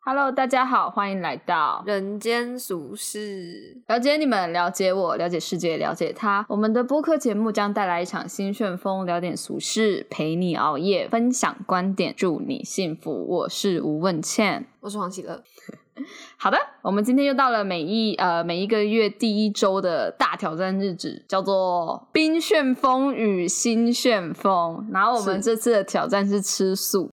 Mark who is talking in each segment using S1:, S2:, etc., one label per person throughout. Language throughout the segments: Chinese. S1: Hello，大家好，欢迎来到
S2: 人间俗事，
S1: 了解你们，了解我，了解世界，了解他。我们的播客节目将带来一场新旋风，聊点俗事，陪你熬夜，分享观点，祝你幸福。我是吴问倩。
S2: 我是黄喜乐。
S1: 好的，我们今天又到了每一呃每一个月第一周的大挑战日子，叫做冰旋风与新旋风。然后我们
S2: 是
S1: 这次的挑战是吃素。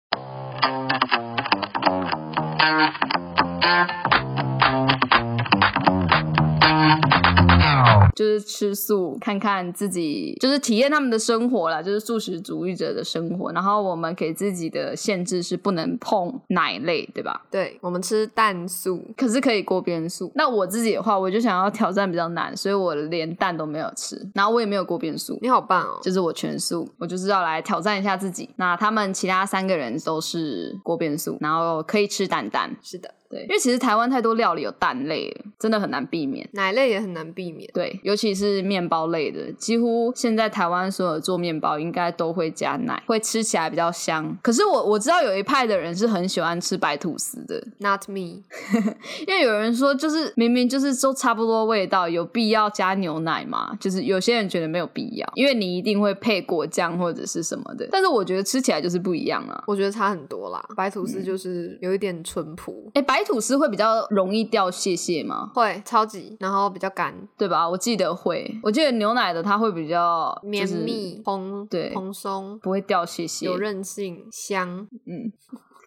S1: 就是吃素，看看自己，就是体验他们的生活啦，就是素食主义者的生活。然后我们给自己的限制是不能碰奶类，对吧？
S2: 对我们吃蛋素，
S1: 可是可以锅边素。那我自己的话，我就想要挑战比较难，所以我连蛋都没有吃，然后我也没有锅边素，
S2: 你好棒哦！
S1: 就是我全素，我就是要来挑战一下自己。那他们其他三个人都是锅边素，然后可以吃蛋蛋。
S2: 是的，
S1: 对，因为其实台湾太多料理有蛋类了，真的很难避免。
S2: 奶类也很难避免。
S1: 对，尤其是面包类的，几乎现在台湾所有做面包应该都会加奶，会吃起来比较香。可是我我知道有一派的人是很喜欢吃白吐司的，
S2: Not me，
S1: 因为有人说，就是明明就是都差不多味道，有必要加牛奶吗？就是有些人觉得没有必要，因为你一定会配果酱或者是什么的。但是我觉得吃起来就是不一样啊。
S2: 我觉得差很多啦。白吐司就是有一点淳朴，
S1: 哎，白吐司会比较容易掉屑屑吗？
S2: 会超级，然后比较干、
S1: 对吧？我记得会，我记得牛奶的它会比较
S2: 绵，
S1: 就是
S2: 密、蓬
S1: 对
S2: 蓬松、
S1: 不会掉屑屑。
S2: 有韧性、香。
S1: 嗯，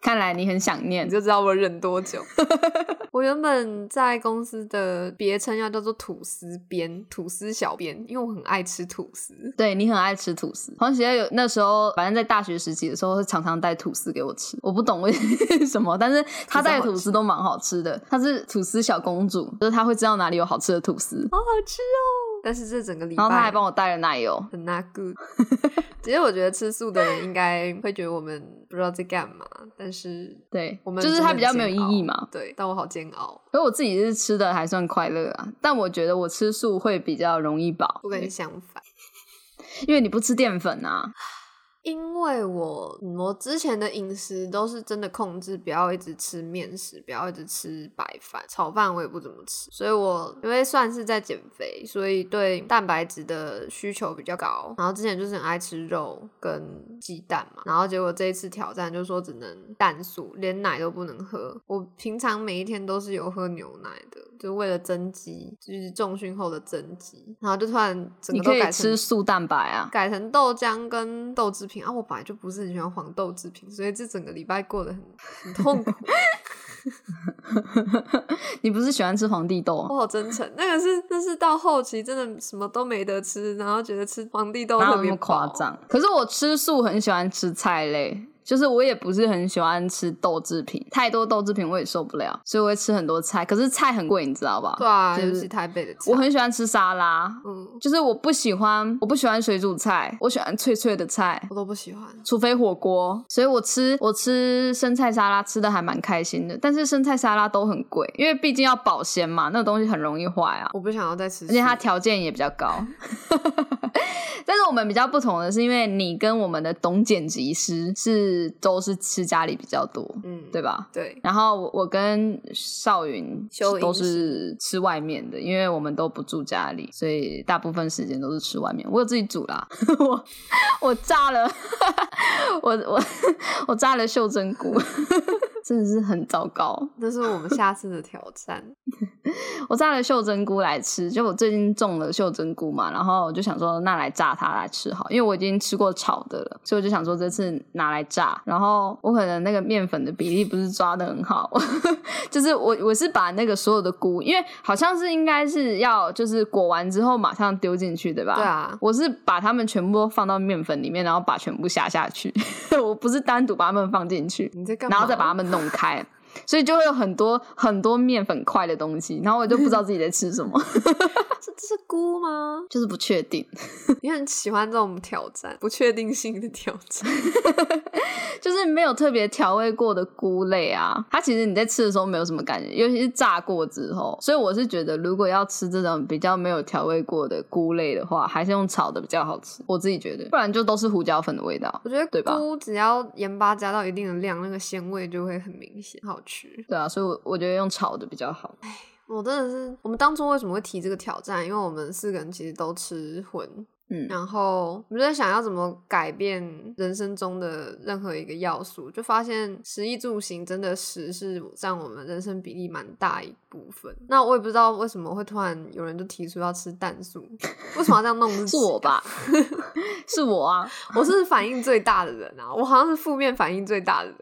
S1: 看来你很想念
S2: 你。就知道我忍多久。 我原本在公司的别称要叫做吐司边、吐司小边，因为我很爱吃吐司。
S1: 对你很爱吃吐司，黄喜爱有那时候，反正在大学时期的时候，会常常带吐司给我吃。我不懂为 什么，但是他带的吐司都蛮好吃的。她是吐司小公主，就是她会知道哪里有好吃的吐司，
S2: 好好吃哦！但是这整个礼拜，
S1: 然后她还帮我带了奶油。
S2: 很 not good。其实我觉得吃素的人应该会觉得我们不知道在干嘛，但是
S1: 对，
S2: 我们
S1: 就是
S2: 真的
S1: 它
S2: 很
S1: 比较没有
S2: 煎熬
S1: 意义嘛。
S2: 对，但我好煎熬，
S1: 可是我自己是吃的还算快乐啊，但我觉得我吃素会比较容易饱
S2: 我，跟你相反，
S1: 因为你不吃淀粉啊。
S2: 因为我嗯我之前的饮食都是真的控制，不要一直吃面食，不要一直吃白饭，炒饭我也不怎么吃，所以我因为算是在减肥，所以对蛋白质的需求比较高。然后之前就是很爱吃肉跟鸡蛋嘛，然后结果这一次挑战就说只能蛋素，连奶都不能喝。我平常每一天都是有喝牛奶的，就为了增肌，就是重训后的增肌。然后就突然整
S1: 你
S2: 个都
S1: 可以
S2: 改成
S1: 吃素蛋白啊，
S2: 改成豆浆跟豆制品啊，我本来就不是很喜欢黄豆制品，所以这整个礼拜过得很很痛苦。
S1: 你不是喜欢吃皇帝豆
S2: 我
S1: 啊？
S2: 好真诚，那个是那是到后期真的什么都没得吃，然后觉得吃皇帝豆
S1: 哪
S2: 特
S1: 有那
S2: 别
S1: 么夸
S2: 饱。
S1: 张？可是我吃素很喜欢吃菜类，就是我也不是很喜欢吃豆制品，太多豆制品我也受不了，所以我会吃很多菜。可是菜很贵，你知道吧？
S2: 对啊，
S1: 就
S2: 尤
S1: 是
S2: 其台北的菜，
S1: 我很喜欢吃沙拉，
S2: 嗯，
S1: 就是我不喜欢，我不喜欢水煮菜，我喜欢脆脆的菜。
S2: 我都不喜欢。
S1: 除非火锅，所以我吃我吃生菜沙拉吃的还蛮开心的，但是生菜沙拉都很贵，因为毕竟要保鲜嘛，那个东西很容易坏啊。
S2: 我不想要再吃素，
S1: 而且它条件也比较高。 但是我们比较不同的是，因为你跟我们的董剪辑师是都是吃家里比较多，
S2: 嗯，
S1: 对吧？
S2: 对，
S1: 然后我我跟少云
S2: 修
S1: 都
S2: 饮
S1: 是吃外面的，因为我们都不住家里，所以大部分时间都是吃外面。我有自己煮啦， 我我炸了， 我我我炸了袖珍菇， 真的是很糟糕。
S2: 那是我们下次的挑战。
S1: 我炸了袖珍菇来吃，就我最近种了袖珍菇嘛，然后我就想说，那来炸它来吃好，因为我已经吃过炒的了，所以我就想说这次拿来炸。然后我可能那个面粉的比例不是抓的很好， 就是我我是把那个所有的菇，因为好像是应该是要就是裹完之后马上丢进去，对 吧？
S2: 对。啊，
S1: 我是把它们全部都放到面粉里面，然后把全部下下去， 我不是单独把它们放进去。
S2: 你在干嘛？
S1: 然后再把它们弄开，所以就会有很多很多面粉块的东西，然后我就不知道自己在吃什么，
S2: 啊这这是菇吗？
S1: 就是不确定。
S2: 你很喜欢这种挑战，不确定性的挑战。
S1: 就是没有特别调味过的菇类啊，它其实你在吃的时候没有什么感觉，尤其是炸过之后。所以我是觉得，如果要吃这种比较没有调味过的菇类的话，还是用炒的比较好吃，我自己觉得，不然就都是胡椒粉的味道。
S2: 我觉
S1: 对
S2: 得
S1: 吧
S2: 菇只要盐巴加到一定的量，那个鲜味就会很明显，好吃。
S1: 对啊，所以我我觉得用炒的比较好。
S2: 我真的是，我们当初为什么会提这个挑战？因为我们四个人其实都吃荤，
S1: 嗯
S2: 然后我们就在想要怎么改变人生中的任何一个要素，就发现食衣住行真的食是占我们人生比例蛮大一部分。那我也不知道为什么会突然有人就提出要吃蛋素，为什么要这样弄自 己
S1: 是
S2: 啊？
S1: 我吧？是我啊，
S2: 我是反应最大的人啊，我好像是负面反应最大的人。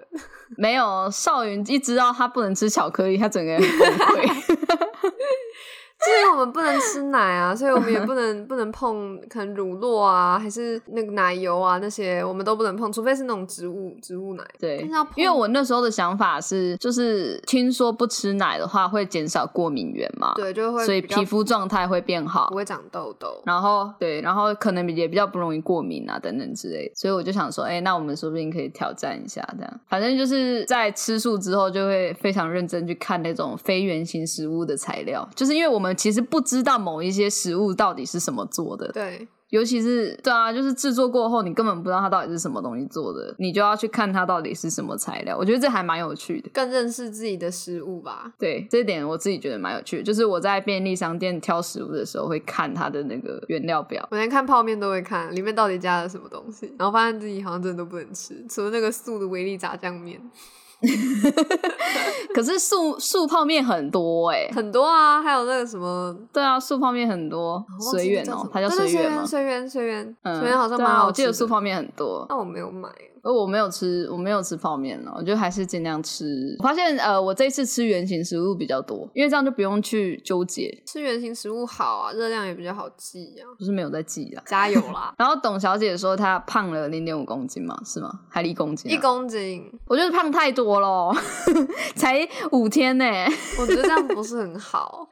S1: 没有少云一知道他不能吃巧克力，他整个人很崩溃。
S2: 至于我们不能吃 奶啊，所以我们也不能不能碰，可能乳酪啊，还是那个奶油啊那些，我们都不能碰，除非是那种植物植物奶。
S1: 对
S2: 但是要碰，
S1: 因为我那时候的想法是，就是听说不吃奶的话会减少过敏源嘛，
S2: 对就会
S1: 所以
S2: 比较
S1: 皮肤状态会变好
S2: 不。会长痘痘。
S1: 然后对，然后可能也比较不容易过敏啊，等等之类的所以我就想说，哎，那我们说不定可以挑战一下，这样。反正就是在吃素之后，就会非常认真去看那种非原型食物的材料，就是因为我们其实不知道某一些食物到底是什么做的，
S2: 对，
S1: 尤其是对啊，就是制作过后，你根本不知道它到底是什么东西做的，你就要去看它到底是什么材料。我觉得这还蛮有趣的。
S2: 更认识自己的食物吧。
S1: 对这一点，我自己觉得蛮有趣的就是我在便利商店挑食物的时候，会看它的那个原料表。
S2: 我连看泡面都会看，里面到底加了什么东西，然后发现自己好像真的都不能吃，除了那个素的维力炸酱面，
S1: 可是素素泡面很多哎、
S2: 很多啊，还有那个什么
S1: 对啊，素泡面很多，
S2: 我忘记
S1: 随缘
S2: 叫什
S1: 哦
S2: 么，
S1: 它叫
S2: 对
S1: 随
S2: 对
S1: 缘吗？
S2: 随缘随缘随缘，
S1: 嗯，
S2: 随缘好像
S1: 对
S2: 蛮
S1: 啊，
S2: 好
S1: 我记
S2: 吃
S1: 得
S2: 的。哦
S1: 素泡面很多，
S2: 那我没有买，
S1: 而我没有吃，我没有吃泡面哦了，我觉得还是尽量吃。我发现呃，我这一次吃原型食物比较多，因为这样就不用去纠结，
S2: 吃原形食物好啊，热量也比较好记啊。
S1: 不是没有在记啦。！
S2: 加油啦
S1: 然后董小姐说她胖了零点五公斤嘛，是吗？还一公斤、啊
S2: 一，公斤，
S1: 我觉得胖太多咯， 才五天呢、
S2: 我觉得这样不是很好。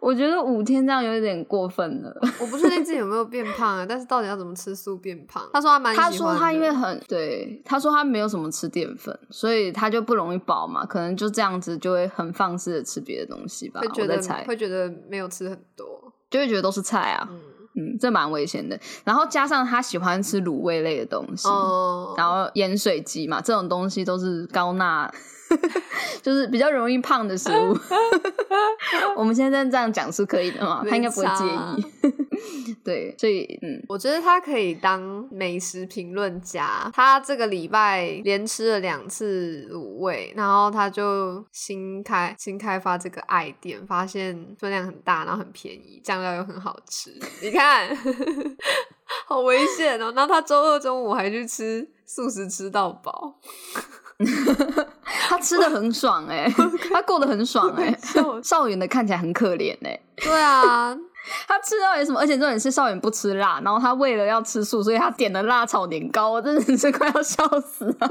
S1: 我觉得五天这样有点过分了。
S2: 我不确定自己有没有变胖啊，但是到底要怎么吃素变胖？他说他蛮喜
S1: 她
S2: 欢的
S1: 说她因为很对，她说她没有什么吃淀粉，所以她就不容易饱嘛，可能就这样子就会很放肆的吃别的东西吧。
S2: 会觉
S1: 啊我在
S2: 得
S1: 猜，
S2: 会觉得没有吃很多，
S1: 就会觉得都是菜啊，
S2: 嗯，
S1: 嗯，这蛮危险的。然后加上她喜欢吃卤味类的东西，
S2: 哦，
S1: 然后盐水鸡嘛，这种东西都是高钠， 就是比较容易胖的食物。我们现在这样讲是可以的嘛？
S2: 没
S1: 他应该不会介
S2: 差
S1: 意。 对，所以嗯，
S2: 我觉得他可以当美食评论家。他这个礼拜连吃了两次卤味，然后他就新开新开发这个爱店，发现分量很大，然后很便宜，酱料又很好吃。你看， 好危险哦！然后他周二中午还去吃素食，吃到饱，
S1: 他吃的很爽哎、他过得很爽哎、
S2: 笑死
S1: 少远的看起来很可怜哎、
S2: 对啊，
S1: 他吃到底什么？而且重点是少远不吃辣，然后他为了要吃素，所以他点了辣炒年糕，我真的是快要笑死了。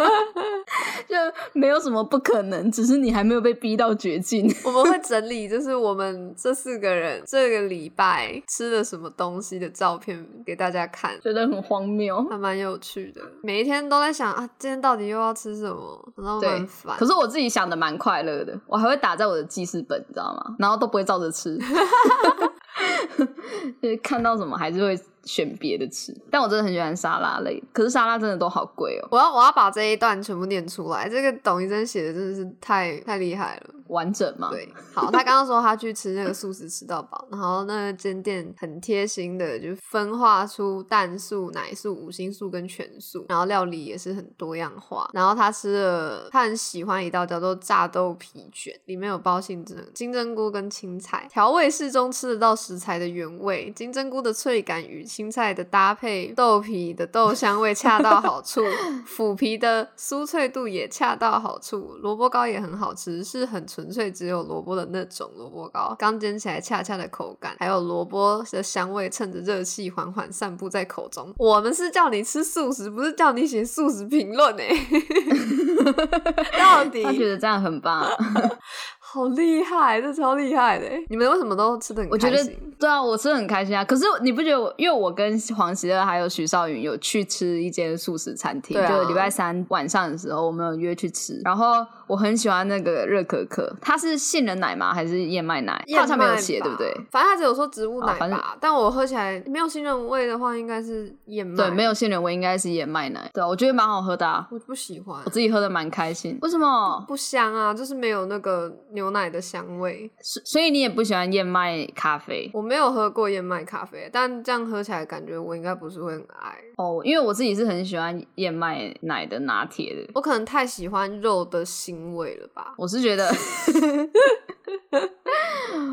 S1: 就没有什么不可能，只是你还没有被逼到绝境。
S2: 我们会整理，就是我们这四个人这个礼拜吃了什么东西的照片给大家看。
S1: 觉得很荒谬，
S2: 还蛮有趣的，每一天都在想啊，今天到底又要吃什么，然后
S1: 对
S2: 蛮烦。
S1: 可是我自己想的蛮快乐的，我还会打在我的记事本，你知道吗？然后都不会照着 吃，就是看到什么还是会选别的吃。但我真的很喜欢沙拉类，可是沙拉真的都好贵哦，
S2: 我要我要把这一段全部念出来，这个董医生写的真的是太太厉害了。
S1: 完整嘛。
S2: 对，好，他刚刚说他去吃那个素食吃到饱，然后那间店很贴心的就分化出蛋素、奶素、五星素跟全素，然后料理也是很多样化。然后他吃了，他很喜欢一道叫做炸豆皮卷，里面有包杏仁、金针菇跟青菜，调味适中，吃得到食材的原味，金针菇的脆感与青菜的搭配，豆皮的豆香味恰到好 处，腐皮的酥脆度也恰到好处，萝卜糕也很好吃，是很纯粹只有萝卜的那种萝卜糕，刚煎起来恰恰的口感，还有萝卜的香味趁着热气缓缓散布在口中。我们是叫你吃素食，不是叫你写素 欸 食评论哎、到底
S1: 他觉得这样很棒、啊，
S2: 好厉害，这超厉害的！欸你们为什么都吃的很
S1: 我觉
S2: 开
S1: 得
S2: 心？
S1: 对啊，我吃的很开心啊。可是你不觉得我？因为我跟黄喜乐还有许绍云有去吃一间素食餐厅，
S2: 对啊
S1: 就礼拜三晚上的时候，我们有约去吃。然后我很喜欢那个热可可，它是杏仁奶吗？还是燕麦奶？它好像没有写，
S2: 燕
S1: 对不
S2: 麦吧
S1: 对？？
S2: 反正他只有说植物
S1: 啊
S2: 奶
S1: 反正
S2: 吧，但我喝起来没有杏仁味的话，应该是燕麦。
S1: 对，没，有杏仁味，应该是燕麦奶。对啊，我觉得蛮好喝的、啊，
S2: 我不喜欢
S1: 我，自己喝的蛮开心。为什么？
S2: 不香啊，就是没有那个牛奶的香味。
S1: 所所以你也不喜欢燕麦咖啡？
S2: 我没有喝过燕麦咖啡，但这样喝起来感觉我应该不是会很爱。
S1: 哦，因为我自己是很喜欢燕麦奶的拿铁的。
S2: 我可能太喜欢肉的腥味了吧？
S1: 我是觉得，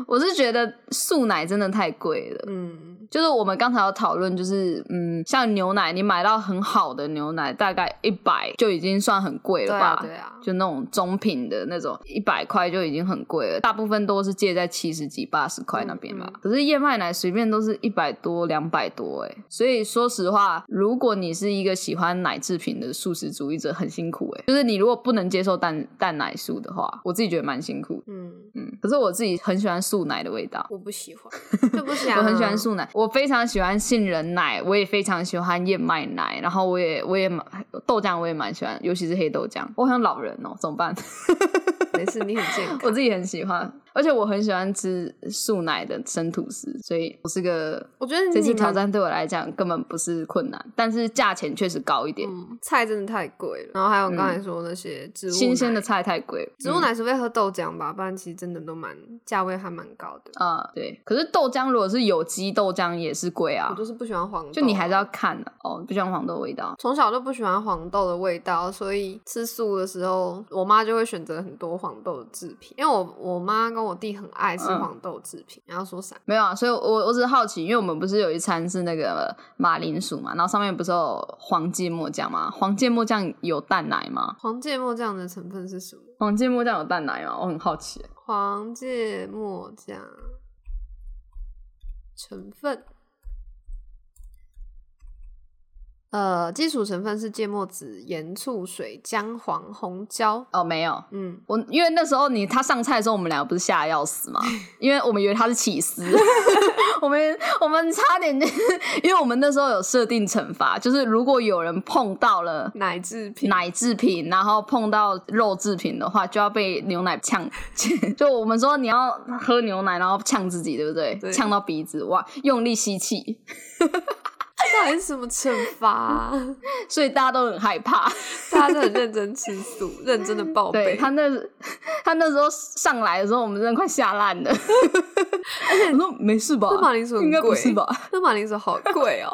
S1: 我是觉得素奶真的太贵了。
S2: 嗯，
S1: 就是我们刚才有讨论，就是嗯，像牛奶，你买到很好的牛奶，大概一百就已经算很贵
S2: 对
S1: 了吧？
S2: 啊，对啊，
S1: 就那种中品的那种，一百块就已经很贵了，大部分都是借在七十几、八十块那边吧。
S2: 嗯嗯
S1: 可是燕麦奶随便都是一百多、两百多、欸，所以说实话，如果你是一个喜欢奶制品的素食主义者，很辛苦、欸，就是你如果不能接受蛋蛋奶素的话，我自己觉得蛮辛苦的。
S2: 嗯，
S1: 嗯，可是我自己很喜欢素奶的味道。
S2: 我不 喜欢，就不香、
S1: 我很喜欢，素奶，我非常喜欢杏仁奶，我也非常喜欢燕麦奶，然后我也我也蛮豆浆，我也蛮喜欢，尤其是黑豆浆。我好像老人哦，怎么办？
S2: 没事，你很健
S1: 我
S2: 康。
S1: 自己很喜欢，而且我很喜欢吃素奶的生吐司，所以我是个
S2: 我觉得
S1: 这次
S2: 你
S1: 挑
S2: 们
S1: 战对我来讲根本不是困难，但是价钱确实高一点，
S2: 嗯菜真的太贵了，然后还有刚才说那些植物奶
S1: 嗯新鲜的菜太贵了，
S2: 植物
S1: 嗯
S2: 奶除非喝豆浆吧，不然其实真的都蛮价位还蛮高的。
S1: 啊、对。可是豆浆如果是有机豆浆也是贵啊
S2: 我，就是不喜欢黄豆，啊
S1: 就你还是要看的、哦，不喜欢黄豆味道。
S2: 从小就不喜欢黄豆的味道，所以吃素的时候，我妈就会选择很多黄豆的制品，因为我我妈跟我弟很爱吃
S1: 嗯
S2: 黄豆制品。然后说啥？
S1: 没有啊，所以我我只是好奇，因为我们不是有一餐是那个马铃薯嘛，然后上面不是有黄芥末酱吗？黄芥末酱有蛋奶吗？
S2: 黄芥末酱的成分是什么？
S1: 黄芥末酱有蛋奶吗？我很好奇。
S2: 黄芥末酱成分，呃，基础成分是芥末籽、盐、醋、水、姜黄、红椒。
S1: 哦，没有，
S2: 嗯，
S1: 我因为那时候你他上菜的时候，我们两个不是吓得要死吗？因为我们以为他是起司， 我们我们差点就是，因为我们那时候有设定惩罚，就是如果有人碰到了
S2: 奶制品。
S1: 奶制品，然后碰到肉制品的话，就要被牛奶呛。 就我们说你要喝牛奶，然后呛自己，对不对？
S2: 对
S1: 呛到鼻子，哇，用力吸气，
S2: 到底是什么惩罚啊、
S1: 所以大家都很害怕。
S2: 大家都很认真吃素，认真的报
S1: 对
S2: 备。
S1: 他那他那时候上来的时候，我们真的快吓烂 了。而且我说没事吧
S2: 那马铃薯很
S1: 应该不
S2: 贵
S1: 是吧？
S2: 那马铃薯好贵哦，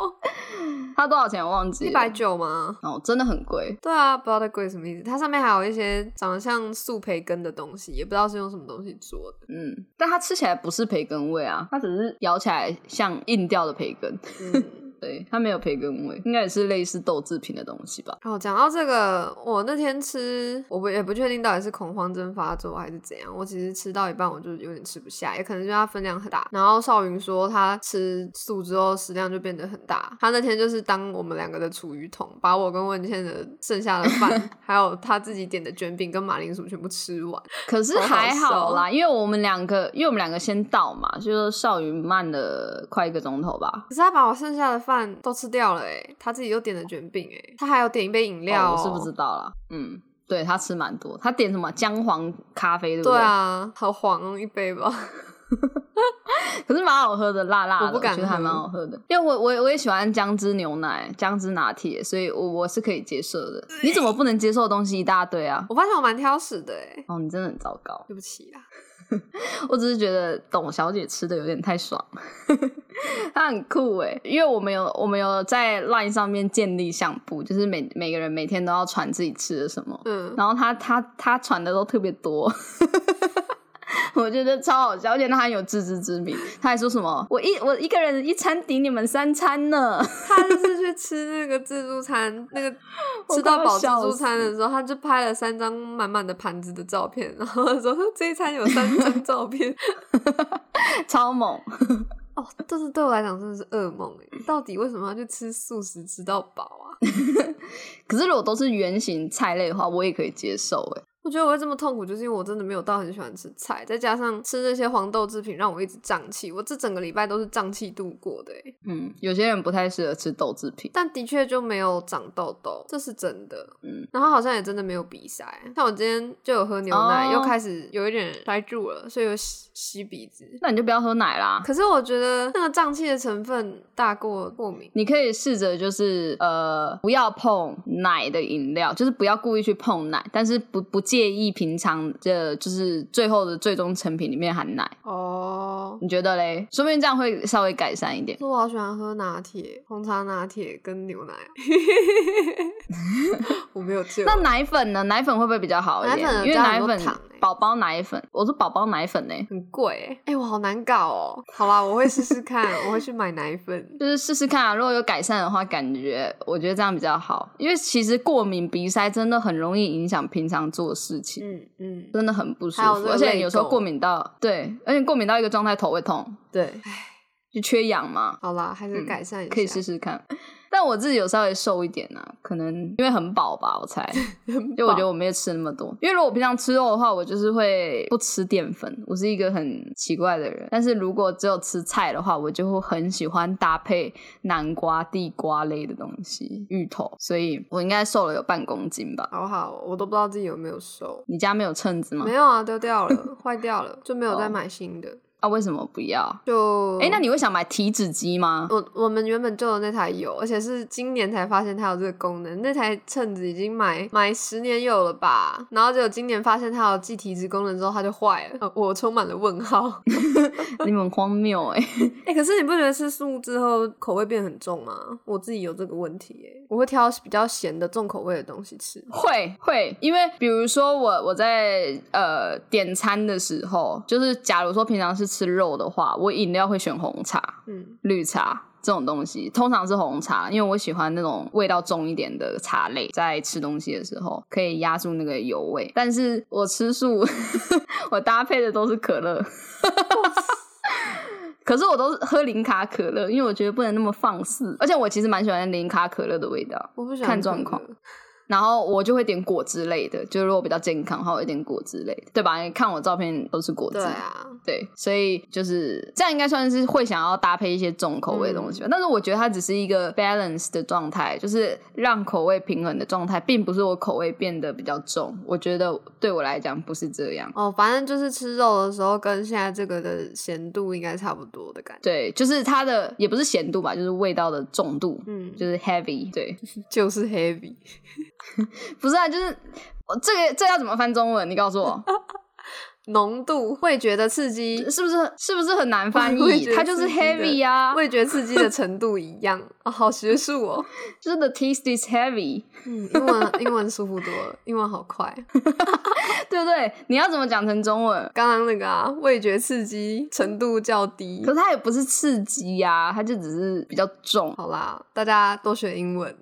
S1: 它多少钱我忘记
S2: 一
S1: 了，
S2: 百九吗？
S1: 哦，真的很贵。
S2: 对啊，不知道它贵什么意思。它上面还有一些长得像素培根的东西，也不知道是用什么东西做的。
S1: 嗯，但它吃起来不是培根味啊，它只是咬起来像硬掉的培根，
S2: 嗯，
S1: 对，它没有培根味，应该也是类似豆制品的东西吧。
S2: 然后讲到这个，我那天吃，我不也不确定到底是恐慌症发作还是怎样。我其实吃到一半我就有点吃不下，也可能是因为它分量很大。然后少云说他吃素之后食量就变得很大，他那天就是当我们两个的厨余桶，把我跟文倩的剩下的饭， 还有他自己点的卷饼跟马铃薯全部吃完。
S1: 可是还
S2: 哦
S1: 好啦，因为我们两个，因为我们两个先到嘛，就是少云慢了快一个钟头吧。
S2: 可是他把我剩下的饭都吃掉了哎，他自己又点了卷饼哎，他还有点一杯饮料、
S1: 哦我是不知道啦。嗯，对他吃蛮多，他点什么姜黄咖啡，对不
S2: 对啊，好黄哦一杯吧。
S1: 可是蛮好喝的，辣辣的，
S2: 我不敢
S1: 觉得还
S2: 喝
S1: 蛮好喝的。因为我我也我也喜欢姜汁牛奶、姜汁拿铁，所以我我是可以接受的。你怎么不能接受的东西一大堆啊？
S2: 我发现我蛮挑食的哎，
S1: 哦，你真的很糟糕。
S2: 对不起啦。
S1: 我只是觉得董小姐吃的有点太爽， 她很酷哎，因为我们有我们有在 LINE 上面建立相簿，就是每每个人每天都要传自己吃的什么，
S2: 嗯，
S1: 然后她她她传的都特别多。 我觉得超好笑，而且她很有自知之明。她还说什么：“我一我一个人一餐顶你们三餐呢。
S2: 他就是去吃那个自助餐，那个
S1: 我
S2: 吃到
S1: 快要
S2: 饱自
S1: 笑
S2: 助餐的时候，他就拍了三张满满的盘子的照片，然后说这一餐有三 张照片。”
S1: 超猛！
S2: 哦，但是对我来讲真的是噩梦哎，到底为什么要去吃素食吃到饱啊？
S1: 可是如果都是圆形菜类的话，我也可以接受哎。
S2: 我觉得我会这么痛苦，就是因为我真的没有到很喜欢吃菜，再加上吃那些黄豆制品让我一直胀气，我这整个礼拜都是胀气度过的欸。
S1: 嗯，有些人不太适合吃豆制品。
S2: 但的确就没有长痘痘，这是真的。
S1: 嗯，
S2: 然后好像也真的没有鼻塞，像我今天就有喝牛奶，
S1: 哦
S2: 又开始有一点塞住了，所以有吸吸鼻子。
S1: 那你就不要喝奶啦。
S2: 可是我觉得那个胀气的成分大过过敏。
S1: 你可以试着就是呃，不要碰奶的饮料，就是不要故意去碰奶，但是不不介意平常的，就是最后的最终成品里面含奶。
S2: 哦，
S1: 你觉得嘞？说不定这样会稍微改善一点
S2: 可。是我好喜欢喝拿铁，红茶拿铁跟牛 奶。我没有救。
S1: 那奶粉呢？奶粉会不会比较好一点？
S2: 奶粉
S1: 因为
S2: 加
S1: 奶
S2: 很多
S1: 粉
S2: 糖欸
S1: 宝宝奶粉，我是宝宝奶粉呢、
S2: 很贵欸，哎、我好难搞哦。好啦，我会试试看，我会去买奶 粉。
S1: 就是试试看啊，如果有改善的话，感觉我觉得这样比较好，因为其实过敏鼻塞真的很容易影响平常做事情，
S2: 嗯嗯，
S1: 真的很不舒
S2: 还有这
S1: 服，
S2: 个
S1: 而且有时候
S2: 泪垢
S1: 过敏到对，而且过敏到一个状态头会痛，
S2: 对。
S1: 就缺氧嘛，
S2: 好啦，还是
S1: 嗯
S2: 改善一下。
S1: 可以试试 看。但我自己有稍微瘦一点啊，可能因为很饱吧，我 猜。
S2: 很
S1: 就我
S2: 饱
S1: 觉得我没有吃那么多，因为如果我平常吃肉的话，我就是会不吃淀粉，我是一个很奇怪的人。但是如果只有吃菜的话，我就会很喜欢搭配南瓜、地瓜类的东西，芋头，所以我应该瘦了有半公斤吧。
S2: 好好，我都不知道自己有没有收。
S1: 你家没有秤子吗
S2: 没？有啊，丢掉了，坏掉了，就没有再
S1: 哦
S2: 买新的。
S1: 啊，为什么不要？
S2: 就
S1: 哎、那你会想买体脂机 吗？
S2: 我我们原本就有那台有，而且是今年才发现它有这个功能。那台秤子已经买买十年有了吧，然后结果今年发现它有计体脂功能之后，它就坏了。 呃我充满了问号。
S1: 你们很荒谬哎、
S2: 哎、可是你不觉得吃素之后口味变很重吗？我自己有这个问题耶、我会挑比较咸的重口味的东西吃。
S1: 会会，因为比如说我我在呃点餐的时候，就是假如说平常是吃肉的话，我饮料会选红茶，
S2: 嗯，
S1: 绿茶这种东西，通常是红茶，因为我喜欢那种味道重一点的茶类，在吃东西的时候可以压住那个油味。但是我吃素， 我搭配的都是可乐。 可是我都是喝零卡可乐，因为我觉得不能那么放肆，而且我其实蛮喜欢零卡可乐的味道。
S2: 我不喜欢
S1: 看
S2: 可
S1: 状
S2: 乐
S1: 况。然后我就会点果汁类的，就是如果比较健康的话，我会点果汁类的，对吧？你看我照片都是果汁，
S2: 对啊，
S1: 对，所以就是这样，应该算是会想要搭配一些重口味的东西
S2: 嗯
S1: 吧。但是我觉得它只是一个 balance 的状态，就是让口味平衡的状态，并不是我口味变得比较重。我觉得对我来讲不是这样。
S2: 哦，反正就是吃肉的时候跟现在这个的咸度应该差不多的感觉。
S1: 对，就是它的也不是咸度吧，就是味道的重度，
S2: 嗯，
S1: 就是 heavy。对，
S2: 就是 heavy。
S1: 不是啊，就是我这个这要怎么翻中文？你告诉 我，
S2: 浓度、味觉的刺激、
S1: 是不是是不是很难翻
S2: 我也
S1: 译
S2: 觉？得
S1: 它就是是
S2: 是的
S1: heavy 啊，
S2: 味觉刺激的程度一样啊、好学术 哦。
S1: 就是 the taste is heavy。
S2: 嗯，英文英文舒服多了，英文好快。
S1: 对不对？你要怎么讲成中文？
S2: 刚刚那个啊，味觉刺激程度较低
S1: 可。是它也不是刺激呀、它就只是比较重，
S2: 好啦，大家多学英文。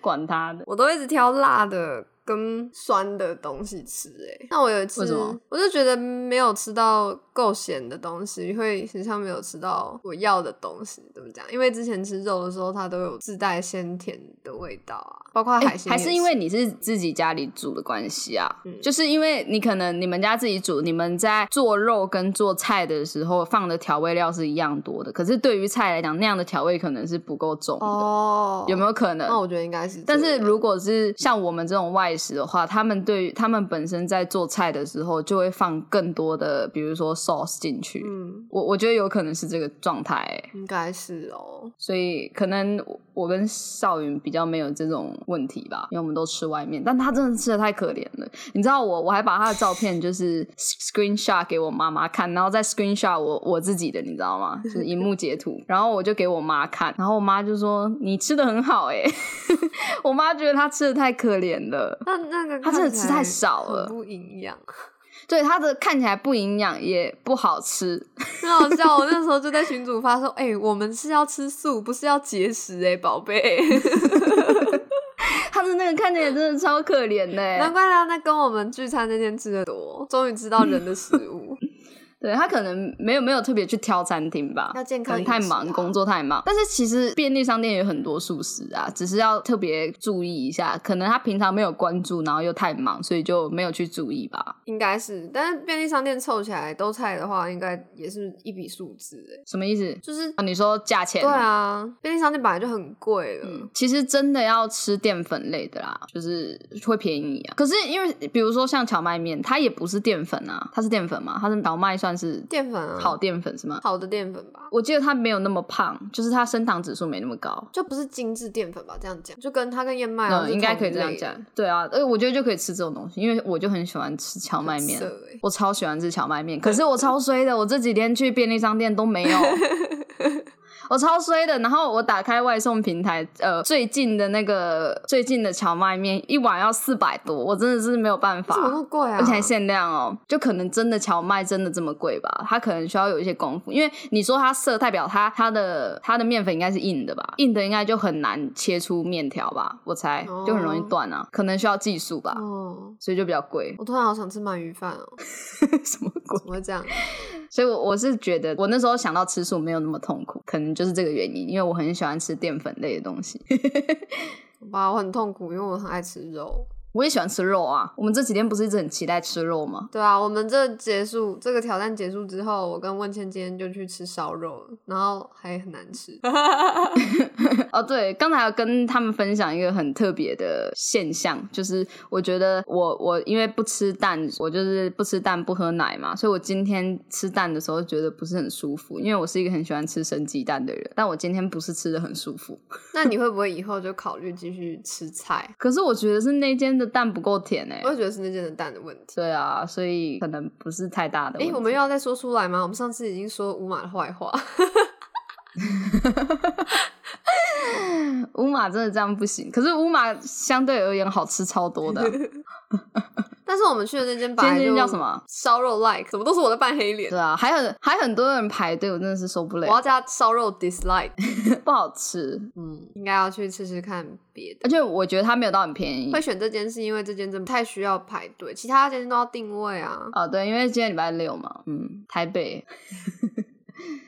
S1: 管它的。
S2: 我都一直挑辣的跟酸的东西吃、欸，那我有一次
S1: 为什么，
S2: 我就觉得没有吃到够咸的东西，会很像没有吃到我要的东西，怎么讲？因为之前吃肉的时候，它都有自带鲜甜的味道啊，包括海鲜、
S1: 哎还是因为。你是自己家里煮的关系啊，
S2: 嗯
S1: 就是因为你可能你们家自己煮，你们在做肉跟做菜的时候放的调味料是一样多的，可是对于菜来讲，那样的调味可能是不够重的，
S2: 哦，
S1: 有没有可能？
S2: 那我觉得应该是这
S1: 但
S2: 样，
S1: 是如果是像我们这种外食的话，他们对于他们本身在做菜的时候就会放更多的，比如说 sauce 进去。
S2: 嗯，
S1: 我我觉得有可能是这个状态、欸，
S2: 应该是哦。
S1: 所以可能我我跟少云比较没有这种问题吧，因为我们都吃外面，但他真的吃的太可怜了。你知道我我还把他的照片就是 screenshot 给我妈妈看，然后再 screenshot 我我自己的，你知道吗？就是荧幕截图，然后我就给我妈看，然后我妈就说你吃的很好哎、欸 我妈觉得他吃的太可怜了。
S2: 那那个
S1: 它真的
S2: 看起
S1: 吃太
S2: 来
S1: 少
S2: 很
S1: 了
S2: 不营养。
S1: 对他的看起来不营养，也不好吃，
S2: 很好笑，我那时候就在群主发说：“哎、我们是要吃素，不是要节食哎、宝贝。
S1: 他的那个看起来真的超可怜的、欸
S2: 难怪他那跟我们聚餐那天吃的多，终于知道人的食物。
S1: 对他可能没有没有特别去挑餐厅吧，
S2: 要健
S1: 可
S2: 康
S1: 能
S2: 饮食啊、
S1: 太忙，工作太忙。但是其实便利商店也有很多素食啊，只是要特别注意一下，可能他平常没有关注，然后又太忙，所以就没有去注意吧。
S2: 应该是，但是便利商店凑起来都菜的话，应该也是一笔数字哎，
S1: 什么意思？
S2: 就是
S1: 啊，你说价钱？
S2: 对。啊，便利商店本来就很贵了，
S1: 嗯，其实真的要吃淀粉类的啦，就是会便宜啊。可是因为比如说像荞麦面，它也不是淀粉啊，它是淀粉吗？它是荞麦算是
S2: 淀粉啊，
S1: 好淀粉是吗？
S2: 好的淀粉吧，
S1: 我记得它没有那么胖，就是它升糖指数没那么高。
S2: 就不是精致淀粉吧？这样啊讲，就跟它跟燕麦好
S1: 嗯，
S2: 像是
S1: 应该可以
S2: 同
S1: 这样
S2: 类的
S1: 讲，。对啊，呃，我觉得就可以吃这种东西，因为我就很喜欢吃荞麦面
S2: 很，色欸
S1: 我超喜欢吃荞麦面，可是我超衰的，我这几天去便利商店都没 有。我超衰的，然后我打开外送平台，呃，最近的那个最近的荞麦面一碗要四百多，我真的是没有办法
S2: 怎，么那么贵啊？
S1: 而且还限量哦，就可能真的荞麦真的这么贵吧？它可能需要有一些功夫，因为你说它色，代表它它的它的面粉应该是硬的吧？硬的应该就很难切出面条吧？我猜
S2: 哦
S1: 就很容易断啊，可能需要技术吧，
S2: 哦，
S1: 所以就比较贵。
S2: 我突然好想吃鳗鱼饭哦，
S1: 什么鬼？
S2: 怎么会这样？
S1: 所以我，我是觉得我那时候想到吃素没有那么痛苦，可能就是这个原因，因为我很喜欢吃淀粉类的东西。
S2: 好吧，我很痛苦，因为我很爱吃肉。
S1: 我也喜欢吃肉啊，我们这几天不是一直很期待吃肉吗？
S2: 对啊，我们这结束这个挑战结束之后，我跟问倩今天就去吃烧肉了，然后还很难 吃。
S1: 哦，对，刚才有跟他们分享一个很特别的现象，就是我觉得我我因为不吃蛋，我就是不吃蛋不喝奶嘛，所以我今天吃蛋的时候觉得不是很舒服，因为我是一个很喜欢吃生鸡蛋的人，但我今天不是吃的很舒服，
S2: 那你会不会以后就考虑继续吃菜？
S1: 可是我觉得是那间的蛋不够甜哎、
S2: 我也觉得是那间的蛋的问题。
S1: 对啊，所以可能不是太大的问
S2: 诶，
S1: 题。
S2: 我们又要再说出来吗？我们上次已经说五马的坏话，
S1: 乌马真的这样不行，可是乌马相对而言好吃超多的啊、
S2: 但是我们去的那间本
S1: 今
S2: 来
S1: 天
S2: 就
S1: 叫什么？啊
S2: 烧肉 like，怎么都是我在扮黑脸
S1: 对？啊，还有还很多人排队，我真的是受不
S2: 我
S1: 了，
S2: 要加烧肉 dislike。
S1: 不好吃。
S2: 嗯，应该要去吃吃看别的。
S1: 而且我觉得它没有到很便宜
S2: 会。选这间是因为这间真的不太需要排队，其他间都要定位啊。
S1: 哦，对，因为今天礼拜六嘛，嗯，台北，